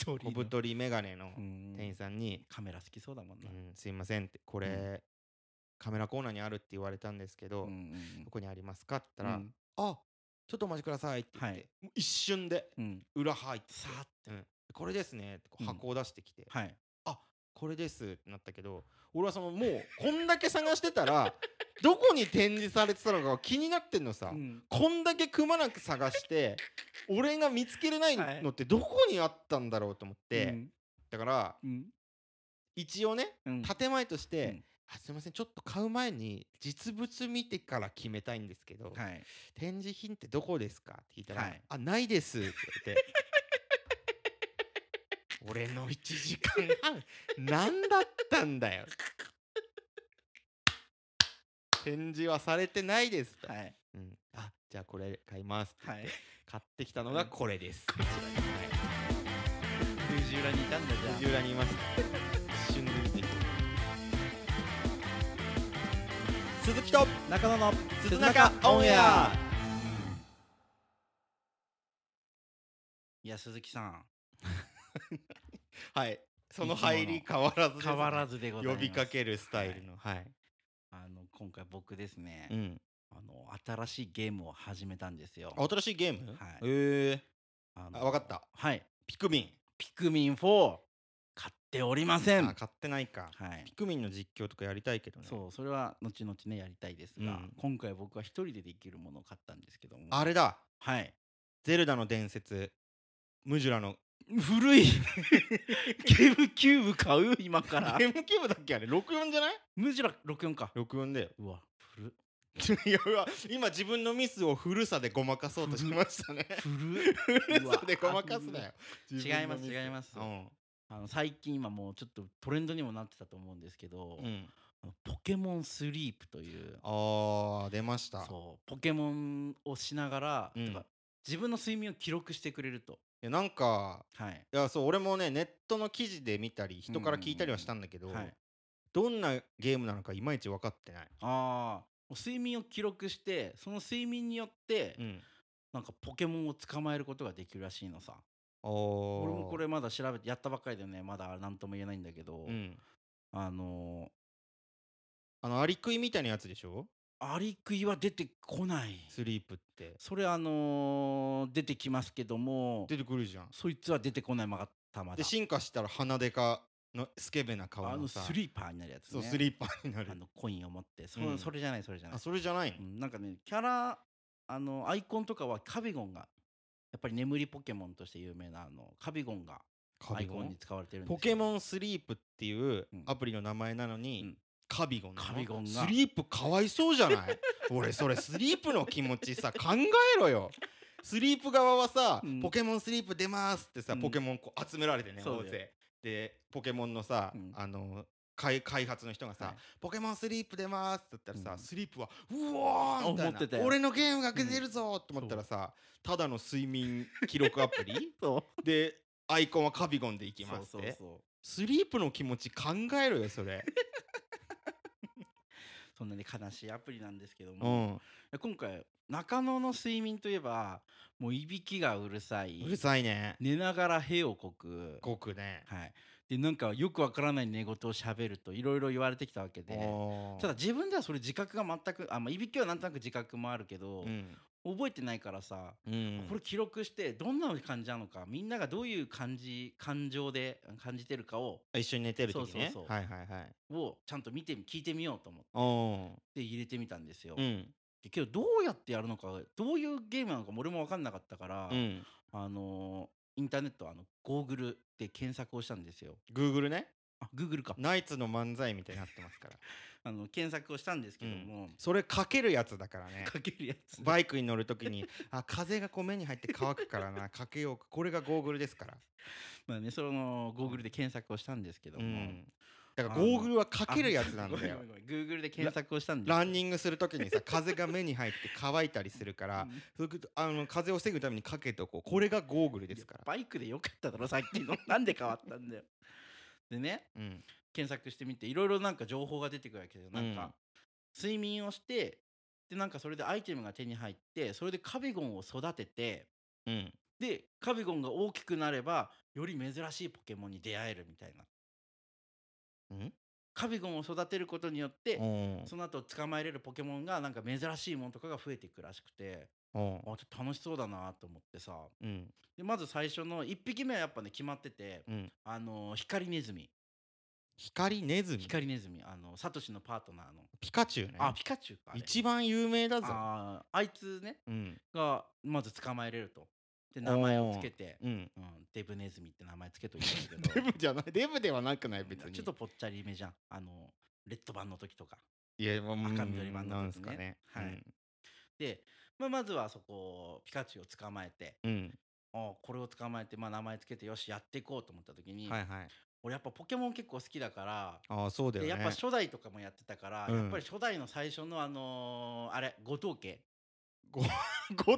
Speaker 2: 小
Speaker 1: 小太り眼鏡の店
Speaker 2: 店
Speaker 1: 員さんに
Speaker 2: カメラ好きそうだもんな
Speaker 1: うん、すいませんってこれ、
Speaker 2: う
Speaker 1: カメラコーナーにあるって言われたんですけど、
Speaker 2: うんうんうん
Speaker 1: どこにありますかって言ったら、
Speaker 2: うん
Speaker 1: あちょっとお待ちくださいって言って、
Speaker 2: はい
Speaker 1: もう一瞬で
Speaker 2: うん
Speaker 1: 裏入って
Speaker 2: さーっ
Speaker 1: うんこれですねってこう
Speaker 2: うん
Speaker 1: 箱を出してきて、
Speaker 2: はい
Speaker 1: これですってなったけど俺はそのもうこんだけ探してた
Speaker 2: [LAUGHS]
Speaker 1: らどこに展示されてたのかが気になってんのさ、
Speaker 2: うん
Speaker 1: こんだけくまなく探して俺が見つけれないのってどこにあったんだろうと思って、だから
Speaker 2: うん
Speaker 1: 一応ね
Speaker 2: うん
Speaker 1: 建前として、
Speaker 2: うん
Speaker 1: あすいませんちょっと買う前に実物見てから決めたいんですけど、
Speaker 2: はい
Speaker 1: 展示品ってどこですかって聞いたら「
Speaker 2: はい
Speaker 1: あないです」って言
Speaker 2: [LAUGHS]
Speaker 1: って。俺の1時間半何だったんだよ展示はされてないですと、
Speaker 2: はい
Speaker 1: うん、あじゃあこれ買いますって
Speaker 2: はい
Speaker 1: 買ってきたのがこれです、
Speaker 2: ルージュラにいたんだじゃあ
Speaker 1: 路裏にいました
Speaker 2: [LAUGHS]
Speaker 1: 一瞬で見てきた鈴木と
Speaker 2: 中野の
Speaker 1: 鈴中オンエア
Speaker 2: いや鈴木さん
Speaker 1: はいその
Speaker 2: いつもの
Speaker 1: 入り変わらずですね
Speaker 2: 変わらずでございます
Speaker 1: 呼びかけるスタイルのはい、
Speaker 2: あの今回僕ですね
Speaker 1: うん、
Speaker 2: あの新しいゲームを始めたんですよ
Speaker 1: 新しいゲーム、
Speaker 2: はい
Speaker 1: ええ
Speaker 2: あ
Speaker 1: あわかった
Speaker 2: はい
Speaker 1: ピクミン、
Speaker 2: ピクミン4買っておりません
Speaker 1: あ買ってないか、
Speaker 2: はい
Speaker 1: ピクミンの実況とかやりたいけどね
Speaker 2: そうそれは後々ねやりたいですが、
Speaker 1: うん
Speaker 2: 今回僕は一人でできるものを買ったんですけども
Speaker 1: あれだ
Speaker 2: はい
Speaker 1: ゼルダの伝説ムジュラの
Speaker 2: 古いゲームキューブ買う今から
Speaker 1: [LAUGHS] ゲームキューブだっけあれ64じゃない
Speaker 2: むしろ64か
Speaker 1: ?64 だよ
Speaker 2: うわ古っ
Speaker 1: [LAUGHS] いやうわ今自分のミスを古さでごまかそう
Speaker 2: [LAUGHS]
Speaker 1: としましたね
Speaker 2: 古っ
Speaker 1: [LAUGHS] 古さでごまかすなよ
Speaker 2: 違います違います
Speaker 1: うん、
Speaker 2: あの最近今もうちょっとトレンドにもなってたと思うんですけど、
Speaker 1: うん、
Speaker 2: あのポケモンスリープという
Speaker 1: あー出ました
Speaker 2: そうポケモンをしながら、
Speaker 1: うん
Speaker 2: とか自分の睡眠を記録してくれると。
Speaker 1: いやなんか
Speaker 2: はい
Speaker 1: いやそう俺もねネットの記事で見たり人から聞いたりはしたんだけど、
Speaker 2: はい、
Speaker 1: どんなゲームなのかいまいち分かってない、
Speaker 2: ああ睡眠を記録してその睡眠によって、
Speaker 1: ん、
Speaker 2: なんかポケモンを捕まえることができるらしいのさ
Speaker 1: おー
Speaker 2: 俺もこれまだ調べてやったばっかりでねまだ何とも言えないんだけど、
Speaker 1: うん、
Speaker 2: あの
Speaker 1: あのアリクイみたいなやつでしょ
Speaker 2: ーアリクイは出てこない
Speaker 1: スリープって
Speaker 2: それあのー出てきますけども
Speaker 1: 出てくるじゃん
Speaker 2: そいつは出てこないまがたまだ
Speaker 1: で進化したら鼻でかのスケベな
Speaker 2: あ
Speaker 1: 顔
Speaker 2: の
Speaker 1: のさ
Speaker 2: スリーパーになるやつね
Speaker 1: そうスリーパーになる
Speaker 2: あのコインを持ってそ,、
Speaker 1: うん
Speaker 2: それじゃないそれじゃない
Speaker 1: あそれじゃないの、
Speaker 2: うんなんかねキャラあのアイコンとかはカビゴンがやっぱり眠りポケモンとして有名なあのカビゴンが
Speaker 1: カ
Speaker 2: アイ
Speaker 1: ビゴ
Speaker 2: コンに
Speaker 1: ン
Speaker 2: 使われてるんです
Speaker 1: ポ
Speaker 2: よ
Speaker 1: ケモンスリープっていう
Speaker 2: うん
Speaker 1: アプリの名前なのに、
Speaker 2: うん
Speaker 1: カビゴンなの
Speaker 2: カビゴンが
Speaker 1: スリープかわいそうじゃない俺それスリープの気持
Speaker 2: [LAUGHS]
Speaker 1: ちさ考えろよスリープ側はさ、
Speaker 2: うん
Speaker 1: ポケモンスリープ出ますってさ、
Speaker 2: うん
Speaker 1: ポケモンこう集められてね
Speaker 2: そう
Speaker 1: 大
Speaker 2: だよ
Speaker 1: 勢でポケモンのさ、
Speaker 2: うん
Speaker 1: あの開開発の人がさ、
Speaker 2: はい
Speaker 1: ポケモンスリープ出ますって言ったらさ、
Speaker 2: うん
Speaker 1: スリープはうわーみたい
Speaker 2: 思ってた
Speaker 1: な
Speaker 2: よ
Speaker 1: 俺のゲームが出るぞと思ったらさ、ただの睡眠記録アプ
Speaker 2: [LAUGHS]
Speaker 1: リ
Speaker 2: そ
Speaker 1: でアイコンはカビゴンでいき
Speaker 2: う
Speaker 1: ますって
Speaker 2: そうそうそう
Speaker 1: スリープの気持ち考えろよそれ
Speaker 2: そんなに悲しいアプリなんですけど
Speaker 1: [LAUGHS] う
Speaker 2: も、
Speaker 1: ん
Speaker 2: 今回中野の睡眠といえばもういびきがうるさいう
Speaker 1: るさいね
Speaker 2: 寝ながら屁をこく
Speaker 1: ごくね
Speaker 2: はい、でなんかよくわからない寝言をしゃべるといろいろ言われてきたわけでた
Speaker 1: た
Speaker 2: だ自分ではそれ自覚が全くあ、まあ、いびきはなんとなく自覚もあるけど
Speaker 1: う、ん
Speaker 2: 覚えてないからさ
Speaker 1: うん
Speaker 2: これ記録してどんな感じなのかみんながどういう感じ感情で感じてるかを
Speaker 1: 一緒に寝てる時ね
Speaker 2: そうそうそう
Speaker 1: はいはいはい
Speaker 2: をちゃんと見て聞いてみようと思っ
Speaker 1: お
Speaker 2: て入れてみたんですよ。
Speaker 1: ーうん
Speaker 2: でけどどうやってやるのかどういうゲームなのかも俺も分かんなかったから、
Speaker 1: うん
Speaker 2: あのーインターネットあのゴーグルで検索をしたんですよ。
Speaker 1: Google ね
Speaker 2: あグーグルか
Speaker 1: ナイツの漫才みたいになってますから
Speaker 2: あの検索をしたんですけども、
Speaker 1: それかけるやつだから [LAUGHS] ね
Speaker 2: かけるやつ
Speaker 1: バイクに乗る時にあ風がこう目に入って乾くからなかけようかこれがゴーグルですから
Speaker 2: まあねそのゴーグルで検索をしたんですけど
Speaker 1: う
Speaker 2: も、
Speaker 1: んだからゴーグルはかけるやつなんだよ
Speaker 2: グーグルで検索をしたんです
Speaker 1: ランニ
Speaker 2: ン
Speaker 1: ングする時にさ風が目に入って乾いたりするからそういうことあの風邪を防ぐためにかけとこうこれがゴーグルですから。
Speaker 2: バイクでよかっただろさっきのなんで変わったんだよでね
Speaker 1: うん、
Speaker 2: 検索してみていろいろなんか情報が出てくるわけですよなん
Speaker 1: う
Speaker 2: か、
Speaker 1: ん
Speaker 2: 睡眠をしてでなんかそれでアイテムが手に入ってそれでカビゴンを育てて
Speaker 1: うん、
Speaker 2: でカビゴンが大きくなればより珍しいポケモンに出会えるみたいな
Speaker 1: うん
Speaker 2: カビゴンを育てることによって
Speaker 1: おー
Speaker 2: その後捕まえれるポケモンがなんか珍しいものとかが増えていくらしくて
Speaker 1: お
Speaker 2: あち
Speaker 1: ー
Speaker 2: ょっと楽しそうだなと思ってさ
Speaker 1: うん
Speaker 2: でまず最初の1匹目はやっぱね決まってて、
Speaker 1: うん
Speaker 2: あのー光ネズミ
Speaker 1: 光ネズミ
Speaker 2: 光ネズミあのサトシのパートナーの、
Speaker 1: ピカチュウね
Speaker 2: あピカチュウかあれ
Speaker 1: 一番有名だぞ、
Speaker 2: あーあいつね
Speaker 1: うん
Speaker 2: がまず捕まえれるとで名前をつけて、
Speaker 1: うん、
Speaker 2: うん、デブネズミって名前つけといたんだ
Speaker 1: [LAUGHS] デ
Speaker 2: けど
Speaker 1: ブじゃないデブではなくない別に
Speaker 2: ちょっとぽっちゃりめじゃんあのレッド版の時とか
Speaker 1: いやもう
Speaker 2: 赤緑版の時ね
Speaker 1: なんすかね
Speaker 2: はいで、まあ、まずはそこピカチュウを捕まえて
Speaker 1: うん、
Speaker 2: あーこれを捕まえて、まあ、名前つけてよしやっていこうと思った時
Speaker 1: う
Speaker 2: に、
Speaker 1: ん、はいはい
Speaker 2: 俺やっぱポケモン結構好きだから
Speaker 1: ああそうだよ
Speaker 2: で
Speaker 1: ね
Speaker 2: やっぱ初代とかもやってたから、
Speaker 1: うん
Speaker 2: やっぱり初代の最初のあのーあれ五島家
Speaker 1: [LAUGHS] 五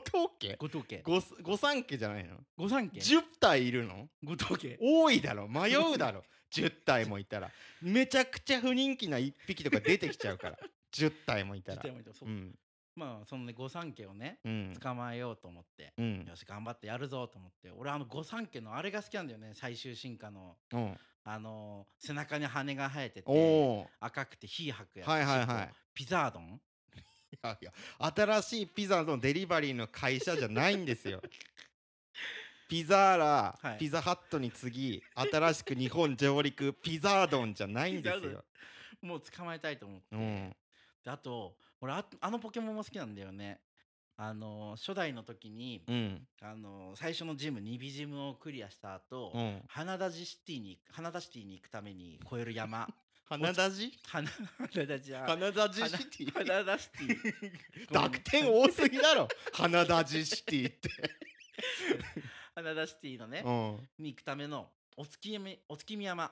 Speaker 1: 頭家
Speaker 2: 五島家
Speaker 1: 五す五三家じゃないの
Speaker 2: 五三家
Speaker 1: 10体いるの
Speaker 2: 五島家
Speaker 1: 多いだろ迷う [LAUGHS] だろ10体もいたらめちゃくちゃ不人気な1匹とか出てきちゃうから10体もいた
Speaker 2: ちょっ
Speaker 1: ら
Speaker 2: とやめてそう
Speaker 1: うん
Speaker 2: まあそのね五三家をね
Speaker 1: うん
Speaker 2: 捕まえようと思って、
Speaker 1: うん
Speaker 2: よし頑張ってやるぞと思って俺あの五三家のあれが好きなんだよね最終進化の
Speaker 1: うん
Speaker 2: あのー背中に羽が生えて
Speaker 1: お
Speaker 2: て
Speaker 1: お
Speaker 2: 赤くて火吐くやつ、
Speaker 1: はいはいはい
Speaker 2: ちょっとピザードン
Speaker 1: いやいや新しいピザのデリバリーの会社じゃないん [LAUGHS] ですよピザーラ、
Speaker 2: はい
Speaker 1: ピザハットに次新しく日本上陸ピザードンじゃないんで
Speaker 2: ピ
Speaker 1: す
Speaker 2: ザー
Speaker 1: よ
Speaker 2: もう捕まえたいと思って、
Speaker 1: うん
Speaker 2: であと俺ああのポケモンも好きなんだよねあのー初代の時に、
Speaker 1: うん
Speaker 2: あのー最初のジムニビジムをクリアした後、
Speaker 1: うん
Speaker 2: 花田シティに花田シティに行くために越える
Speaker 1: [LAUGHS]
Speaker 2: 山
Speaker 1: 花田寺
Speaker 2: 花花田じゃ
Speaker 1: 花田寺
Speaker 2: 花
Speaker 1: シティ
Speaker 2: 花田シティごめん
Speaker 1: [LAUGHS] 濁点
Speaker 2: [LAUGHS]
Speaker 1: 多すぎだろ [LAUGHS] 花田寺シティって
Speaker 2: 花田シティのね
Speaker 1: う、ん
Speaker 2: に行くためのお月見お月見山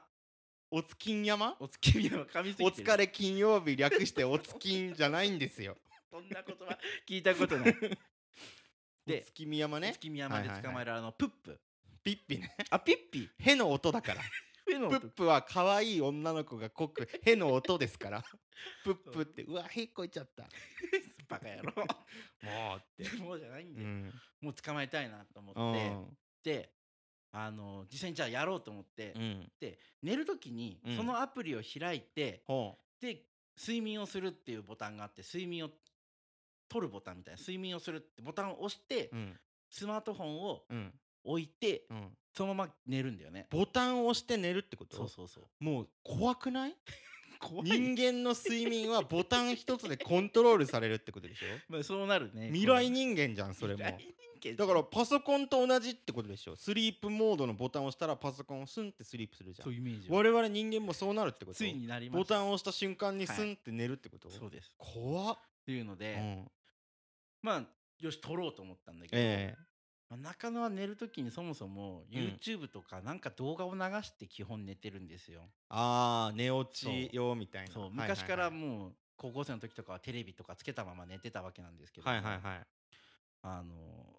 Speaker 1: おつきん山
Speaker 2: お月見山噛みす
Speaker 1: [LAUGHS]
Speaker 2: ぎ
Speaker 1: お
Speaker 2: て
Speaker 1: 疲
Speaker 2: る
Speaker 1: れ金曜日略しておつきんじゃないんですよ。
Speaker 2: [LAUGHS] そんな言葉聞いたこと
Speaker 1: [LAUGHS]
Speaker 2: ないで
Speaker 1: お月見山
Speaker 2: お
Speaker 1: ね。
Speaker 2: 月見山で捕まえるあのプップ
Speaker 1: ピッピね。
Speaker 2: あピッピ
Speaker 1: への音だ
Speaker 2: [LAUGHS]
Speaker 1: から。
Speaker 2: フェノ
Speaker 1: プ
Speaker 2: ン
Speaker 1: ップは可愛い女の子がこくへの音です
Speaker 2: [LAUGHS]
Speaker 1: から。プップってうわへっこいちゃった。
Speaker 2: バカ野郎
Speaker 1: [LAUGHS] もうって。
Speaker 2: もうじゃないん
Speaker 1: う
Speaker 2: で、
Speaker 1: ん。
Speaker 2: もう捕まえたいなと思
Speaker 1: う
Speaker 2: って、
Speaker 1: ん。
Speaker 2: であの実際にじゃあやろうと思って、
Speaker 1: うん。
Speaker 2: で寝る時に
Speaker 1: うん
Speaker 2: そのアプリを開いて、
Speaker 1: ほ
Speaker 2: で睡眠をするっていうボタンがあって睡眠を取るボタンみたいな睡眠をするってボタンを押して、
Speaker 1: う。うん。
Speaker 2: スマートフォンを
Speaker 1: うん。
Speaker 2: 置いて
Speaker 1: うん。
Speaker 2: そのまま寝るんだよね。
Speaker 1: ボタンを押して寝るってこと
Speaker 2: そうそうそう。
Speaker 1: もう怖くない
Speaker 2: 怖
Speaker 1: 人間の睡眠はボタン一つでコントロールされるってことでしょ
Speaker 2: [LAUGHS] まあそうなるね。
Speaker 1: 未来人間じゃんそれも
Speaker 2: 未来人間
Speaker 1: だからパソコンと同じってことでしょスリープモードのボタンを押したらパソコンをスンってスリープするじゃ
Speaker 2: そうんいうイメージ。
Speaker 1: 我々人間もそうなるってこと
Speaker 2: ついになりま
Speaker 1: ボ
Speaker 2: した。
Speaker 1: タンを押した瞬間にスンって寝るってこと、
Speaker 2: そうです。
Speaker 1: 怖っ、
Speaker 2: っていうので、
Speaker 1: うん
Speaker 2: まあよし取ろうと思ったんだけど、
Speaker 1: え
Speaker 2: まあ中野は寝る時にそもそも
Speaker 1: うん
Speaker 2: YouTube とかなんか動画を流して基本寝てるんですよ。
Speaker 1: ああ寝落ちよみたいな
Speaker 2: そう昔から
Speaker 1: はい
Speaker 2: もう高校生の時とかはテレビとかつけたまま寝てたわけなんですけど、
Speaker 1: はいはいはい
Speaker 2: あの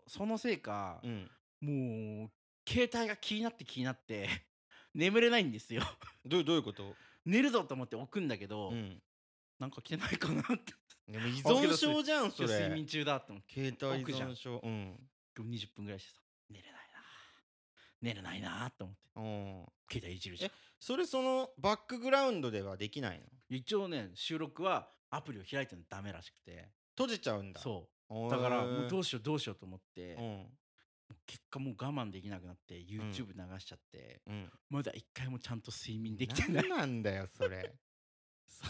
Speaker 2: そのせいか、
Speaker 1: うん
Speaker 2: もう携帯が気になって気になって [LAUGHS] 眠れないんですよ。 [LAUGHS]
Speaker 1: どうどういうこと、
Speaker 2: 寝るぞと思って置くんだけど、
Speaker 1: うん、
Speaker 2: なんか来てないかなって
Speaker 1: でも依存症じゃ [LAUGHS] んそれ
Speaker 2: 睡眠中だと思って
Speaker 1: 携帯依
Speaker 2: 奥じゃん
Speaker 1: 存症うん
Speaker 2: 20分ぐらいしてさ寝れないな寝れないなと思って
Speaker 1: うん
Speaker 2: 携帯いじるじゃん
Speaker 1: それそのバックグラウンドではできないの
Speaker 2: 一応ね収録はアプリを開いてるのダメらしくて
Speaker 1: 閉じちゃうんだ
Speaker 2: そううだからもうど
Speaker 1: う
Speaker 2: うしようどうしようと思って、
Speaker 1: ん
Speaker 2: 結果もう我慢できなくなって YouTube 流しちゃって、
Speaker 1: うん
Speaker 2: まだ一回もちゃんと睡眠できてな
Speaker 1: 何
Speaker 2: い
Speaker 1: なんだよそ
Speaker 2: [LAUGHS]
Speaker 1: れそ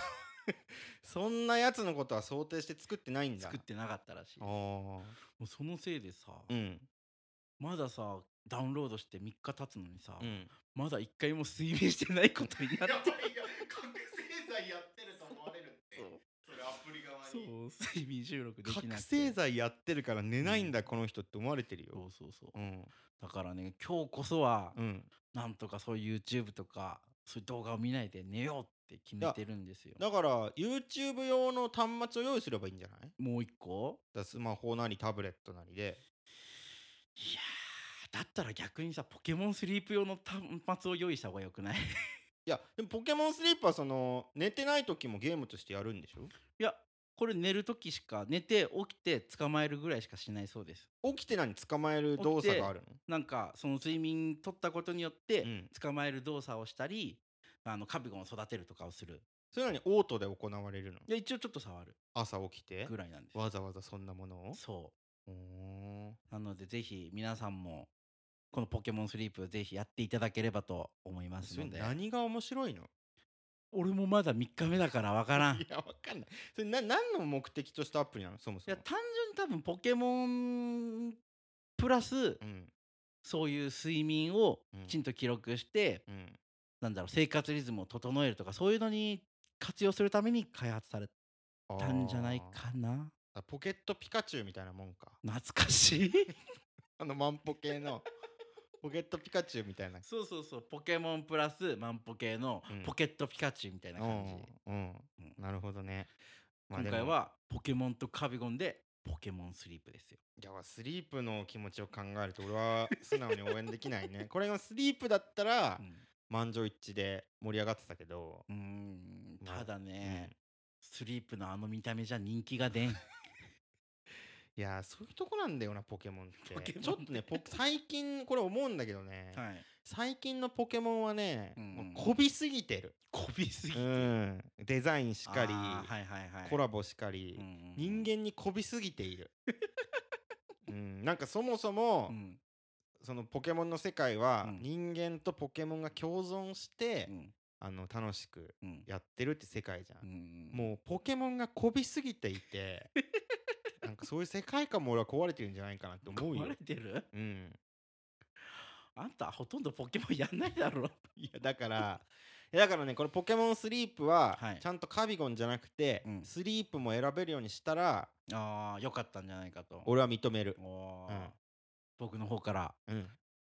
Speaker 1: そんなやつのことは想定して作ってないんだ
Speaker 2: 作ってなかったらしい
Speaker 1: あ
Speaker 2: も
Speaker 1: ー
Speaker 2: うそのせいでさ、
Speaker 1: うん
Speaker 2: まださダウンロードして3日経つのにさ、
Speaker 1: うん
Speaker 2: まだ一回も睡眠してないことに [LAUGHS] なって
Speaker 3: 覚醒剤やってると思われるって
Speaker 2: そう
Speaker 3: それアプリ側
Speaker 2: そう睡眠収録できなくて
Speaker 1: 覚醒剤やってるから寝ないんだ、
Speaker 2: うん
Speaker 1: この人って思われてる
Speaker 2: そ
Speaker 1: よ
Speaker 2: うそうそう
Speaker 1: うん
Speaker 2: だからね今日こそは、
Speaker 1: うん
Speaker 2: なんとかそういう YouTube とかそういう動画を見ないで寝ようって決めてるんですよ
Speaker 1: だから YouTube 用の端末を用意すればいいんじゃないだか
Speaker 2: もう一個
Speaker 1: らスマホなりタブレットなりで
Speaker 2: いやーだったら逆にさポケモンスリープ用の端末を用意した方がよくない
Speaker 1: いやでもポケモンスリープはその寝てない時もゲームとしてやるんでしょ
Speaker 2: いやこれ寝る時しか寝て起きて捕まえるぐらいしかしないそうです
Speaker 1: 起きて何捕まえる動作があるの
Speaker 2: なんかその睡眠取ったことによって
Speaker 1: うん
Speaker 2: 捕まえる動作をしたり、あのカビゴンを育てるとかをする
Speaker 1: それなにオートで行われるの
Speaker 2: で一応ちょっと触る
Speaker 1: 朝起きて
Speaker 2: ぐらいなんです
Speaker 1: わざわざそんなものを
Speaker 2: そう
Speaker 1: ーん
Speaker 2: うなのでぜひ皆さんもこのポケモンスリープをぜひやっていただければと思います
Speaker 1: それ
Speaker 2: ので
Speaker 1: 何が面白いの
Speaker 2: 俺もまだ3日目だから分からん。い
Speaker 1: [LAUGHS] いやわかんないそれな何の目的としたアプリなのそもそも
Speaker 2: や単純に多分ポケモンプラス
Speaker 1: うん
Speaker 2: そういう睡眠を
Speaker 1: うん
Speaker 2: きちんと記録して、
Speaker 1: うん
Speaker 2: なんだろう生活リズムを整えるとかそういうのに活用するために開発され
Speaker 1: あー
Speaker 2: たんじゃないかな
Speaker 1: あポケットピカチュウみたいなもんか
Speaker 2: 懐かしい
Speaker 1: あのマンポ系
Speaker 2: [LAUGHS]
Speaker 1: のポケットピカチュウみたいな
Speaker 2: そうそうそうポケモンプラスマンポ系の
Speaker 1: うん
Speaker 2: ポケットピカチュウみたいな感じ、
Speaker 1: うんうん
Speaker 2: うん
Speaker 1: なるほどね、まあ
Speaker 2: 今
Speaker 1: でも
Speaker 2: 回はポケモンとカビゴンでポケモンスリープですよ
Speaker 1: いやスリープの気持ちを考えると俺は素直に応援できない
Speaker 2: [LAUGHS]
Speaker 1: ねこれがスリープだったら満場一致で盛り上がってたけど、
Speaker 2: うんうーん
Speaker 1: まあ
Speaker 2: ただね、
Speaker 1: うん
Speaker 2: スリープのあの見た目じゃ人気
Speaker 1: [LAUGHS]
Speaker 2: が出ん
Speaker 1: いやーそういうとこなんだよなポケモンって
Speaker 2: ポケモン
Speaker 1: ちょっとねポ最近これ思うんだけどね、
Speaker 2: はい
Speaker 1: 最近のポケモンはね、
Speaker 2: うんうん
Speaker 1: もうこびすぎてる、
Speaker 2: こびすぎ
Speaker 1: う
Speaker 2: て
Speaker 1: ん、デザインしかり、
Speaker 2: あーはいはいはい
Speaker 1: コラボしかり、人
Speaker 2: 間
Speaker 1: 間にこびすぎて
Speaker 2: [LAUGHS]
Speaker 1: いる、うん、なんかそもそも、
Speaker 2: うん
Speaker 1: そのポケモンの世界は、
Speaker 2: うん
Speaker 1: 人間とポケモンが共存して、
Speaker 2: うん
Speaker 1: あの楽しく
Speaker 2: うん
Speaker 1: やってるって世界じゃん
Speaker 2: う、ん
Speaker 1: もうポケモンがこびすぎてい
Speaker 2: [LAUGHS]
Speaker 1: てなんかそういう世界観も俺は壊れてるんじゃないかなって思うよ
Speaker 2: 壊れ、てる
Speaker 1: うん、
Speaker 2: あんたほとんどポケモンやんないだろ
Speaker 1: いやだからいやだからねこの「ポケモンスリープは」
Speaker 2: はい
Speaker 1: ちゃんとカビゴンじゃなくて、
Speaker 2: うん
Speaker 1: スリープも選べるようにしたら
Speaker 2: ああよかったんじゃないかと
Speaker 1: 俺は認める、
Speaker 2: お
Speaker 1: う
Speaker 2: ー
Speaker 1: ん
Speaker 2: 僕の方から
Speaker 1: うん、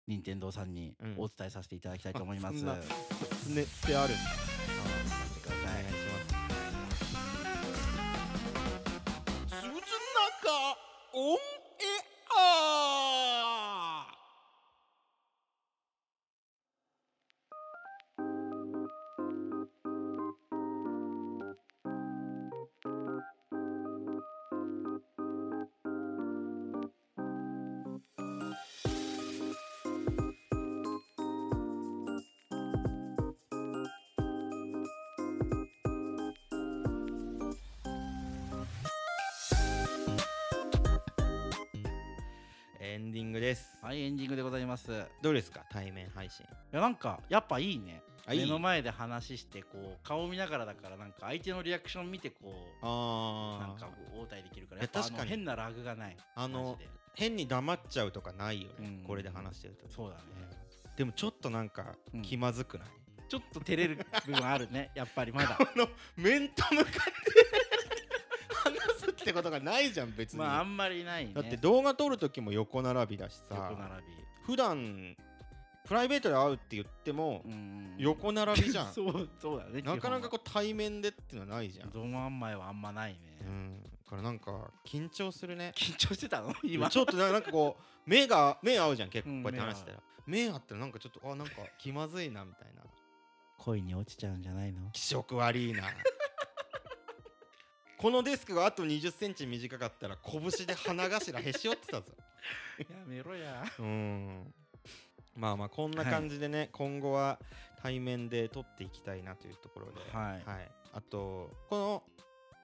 Speaker 2: 任天堂さんに
Speaker 1: うん
Speaker 2: お伝えさせていただきたいと思います。
Speaker 1: そん
Speaker 2: あ
Speaker 1: な
Speaker 2: 頑張
Speaker 1: すねってある
Speaker 2: ってください
Speaker 1: 鈴中オンエアエンディングです、
Speaker 2: はい、エンディングでございます。い
Speaker 1: どうですか対面配信
Speaker 2: や、なんか、やっぱいいね。
Speaker 1: あいい
Speaker 2: 目の前で話して、こう、顔見ながらだから、なんか相手のリアクション見て、こう、
Speaker 1: あ
Speaker 2: なんか
Speaker 1: ー
Speaker 2: こう応対できるから、
Speaker 1: いや
Speaker 2: やっぱあの
Speaker 1: 確かに
Speaker 2: 変なラグがない。
Speaker 1: あの
Speaker 2: マジで
Speaker 1: 変に黙っちゃうとかないよね、
Speaker 2: うん
Speaker 1: これで話してると
Speaker 2: そうだね。
Speaker 1: でもちょっとなんか
Speaker 2: うん
Speaker 1: 気まずくない、
Speaker 2: ちょっと照れる部分あるね、 [LAUGHS] やっぱりまだ。
Speaker 1: [LAUGHS] あの面と向かって [LAUGHS] 話すってことがないじゃん別に、
Speaker 2: まあ、あんまりないね。
Speaker 1: だって動画撮る時も横並びだし
Speaker 2: 横
Speaker 1: さ
Speaker 2: 並び。
Speaker 1: 普段プライベートで会うって言っても
Speaker 2: うんうんうん
Speaker 1: 横並びじゃん
Speaker 2: [LAUGHS] そうそうだね
Speaker 1: なかなか
Speaker 2: こ
Speaker 1: こう対面でっていうのはないじゃん
Speaker 2: うどんまんまいはあんまないね、
Speaker 1: うんだからなんか緊張するね
Speaker 2: 緊張してたの今
Speaker 1: ちょっとななんかこう目が目合うじゃん結
Speaker 2: う
Speaker 1: 構
Speaker 2: ん
Speaker 1: こうやって話してたら、目合ったらなんかちょっとあなんか気まずいなみたいな
Speaker 2: 恋に落ちちゃうんじゃないの
Speaker 1: 気色悪 [LAUGHS] いなこのデスクがあと2 0センチ短かったら拳で鼻頭へし折ってたぞ
Speaker 2: やめろや
Speaker 1: うんまあまあこんな感じでね、今後は対面で撮っていきたいなというところで
Speaker 2: はい
Speaker 1: あとこの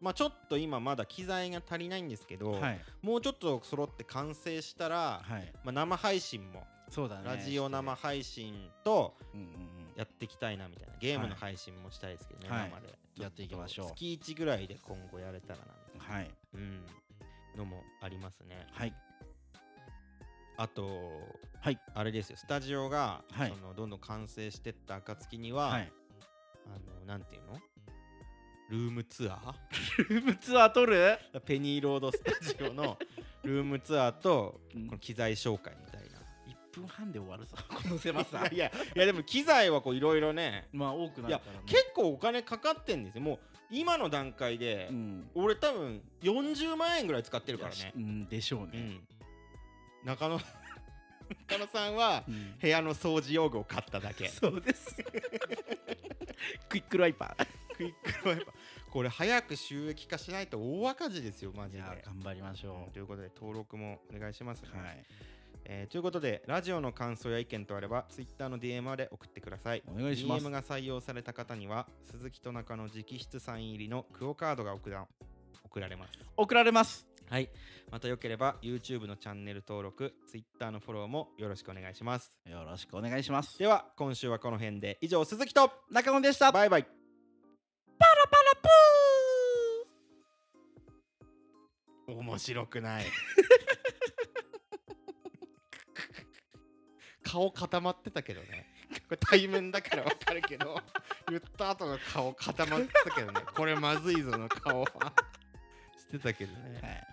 Speaker 1: まあちょっと今まだ機材が足りないんですけど、
Speaker 2: はい
Speaker 1: もうちょっと揃って完成したら、
Speaker 2: はい
Speaker 1: まあ、生配信も
Speaker 2: そうだね
Speaker 1: ラジオ生配信と
Speaker 2: うんうん
Speaker 1: やっていきたいなみたいなゲームの配信もしたいですけどね、
Speaker 2: はい
Speaker 1: 生で
Speaker 2: やっていきましょう
Speaker 1: 月1ぐらいで今後やれたらなみ
Speaker 2: うん
Speaker 1: たい
Speaker 2: はい
Speaker 1: な、うん、のもありますね
Speaker 2: はい
Speaker 1: あと、
Speaker 2: はい
Speaker 1: あれですよスタジオが、
Speaker 2: はい
Speaker 1: そのどんどん完成してった暁には、
Speaker 2: はい
Speaker 1: あのなんていうのルームツアー
Speaker 2: ルームツアー撮る
Speaker 1: [LAUGHS] ペニーロードスタジオ [LAUGHS] のルームツアーと
Speaker 2: うん
Speaker 1: この機材紹介みたいな
Speaker 2: 一分半で終わるぞこの狭
Speaker 1: い
Speaker 2: さ
Speaker 1: やいやいやでも機材はこういろいろね
Speaker 2: まあ多くなるからね
Speaker 1: 結構お金かかってんですよもう今の段階で、
Speaker 2: うん
Speaker 1: 俺多分40万円ぐらい使ってるから
Speaker 2: いや
Speaker 1: ね
Speaker 2: う、んでしょう
Speaker 1: う
Speaker 2: ね
Speaker 1: ん、中野中野さんは
Speaker 2: うん
Speaker 1: 部屋の掃除用具を買っただけ
Speaker 2: そうです [LAUGHS] クイックルワイパー
Speaker 1: クイックワイパーこれ早く収益化しないと大赤字ですよマ
Speaker 2: い
Speaker 1: ジで
Speaker 2: や頑張りましょ
Speaker 1: うんということで登録もお願いします、
Speaker 2: うはい
Speaker 1: えーということでラジオの感想や意見とあれば Twitter の DM まで送ってください
Speaker 2: お願いします
Speaker 1: DM が採用された方には鈴木と中野直筆サイン入りのクオカードが送ら送られます
Speaker 2: 送られます
Speaker 1: はい。またよければ YouTube のチャンネル登録、Twitter のフォローもよろしくお願いします。
Speaker 2: よろしくお願いします
Speaker 1: では、今週はこの辺で。以上、鈴木と
Speaker 2: 中野でした
Speaker 1: バイバイ。パラパラプー面白くない。 [LAUGHS] 顔固まってたけどね。これ対面だからわかるけ [LAUGHS] ど、言った後の顔固まってたけどね。これまずいぞの顔は。してたけどね。
Speaker 2: はい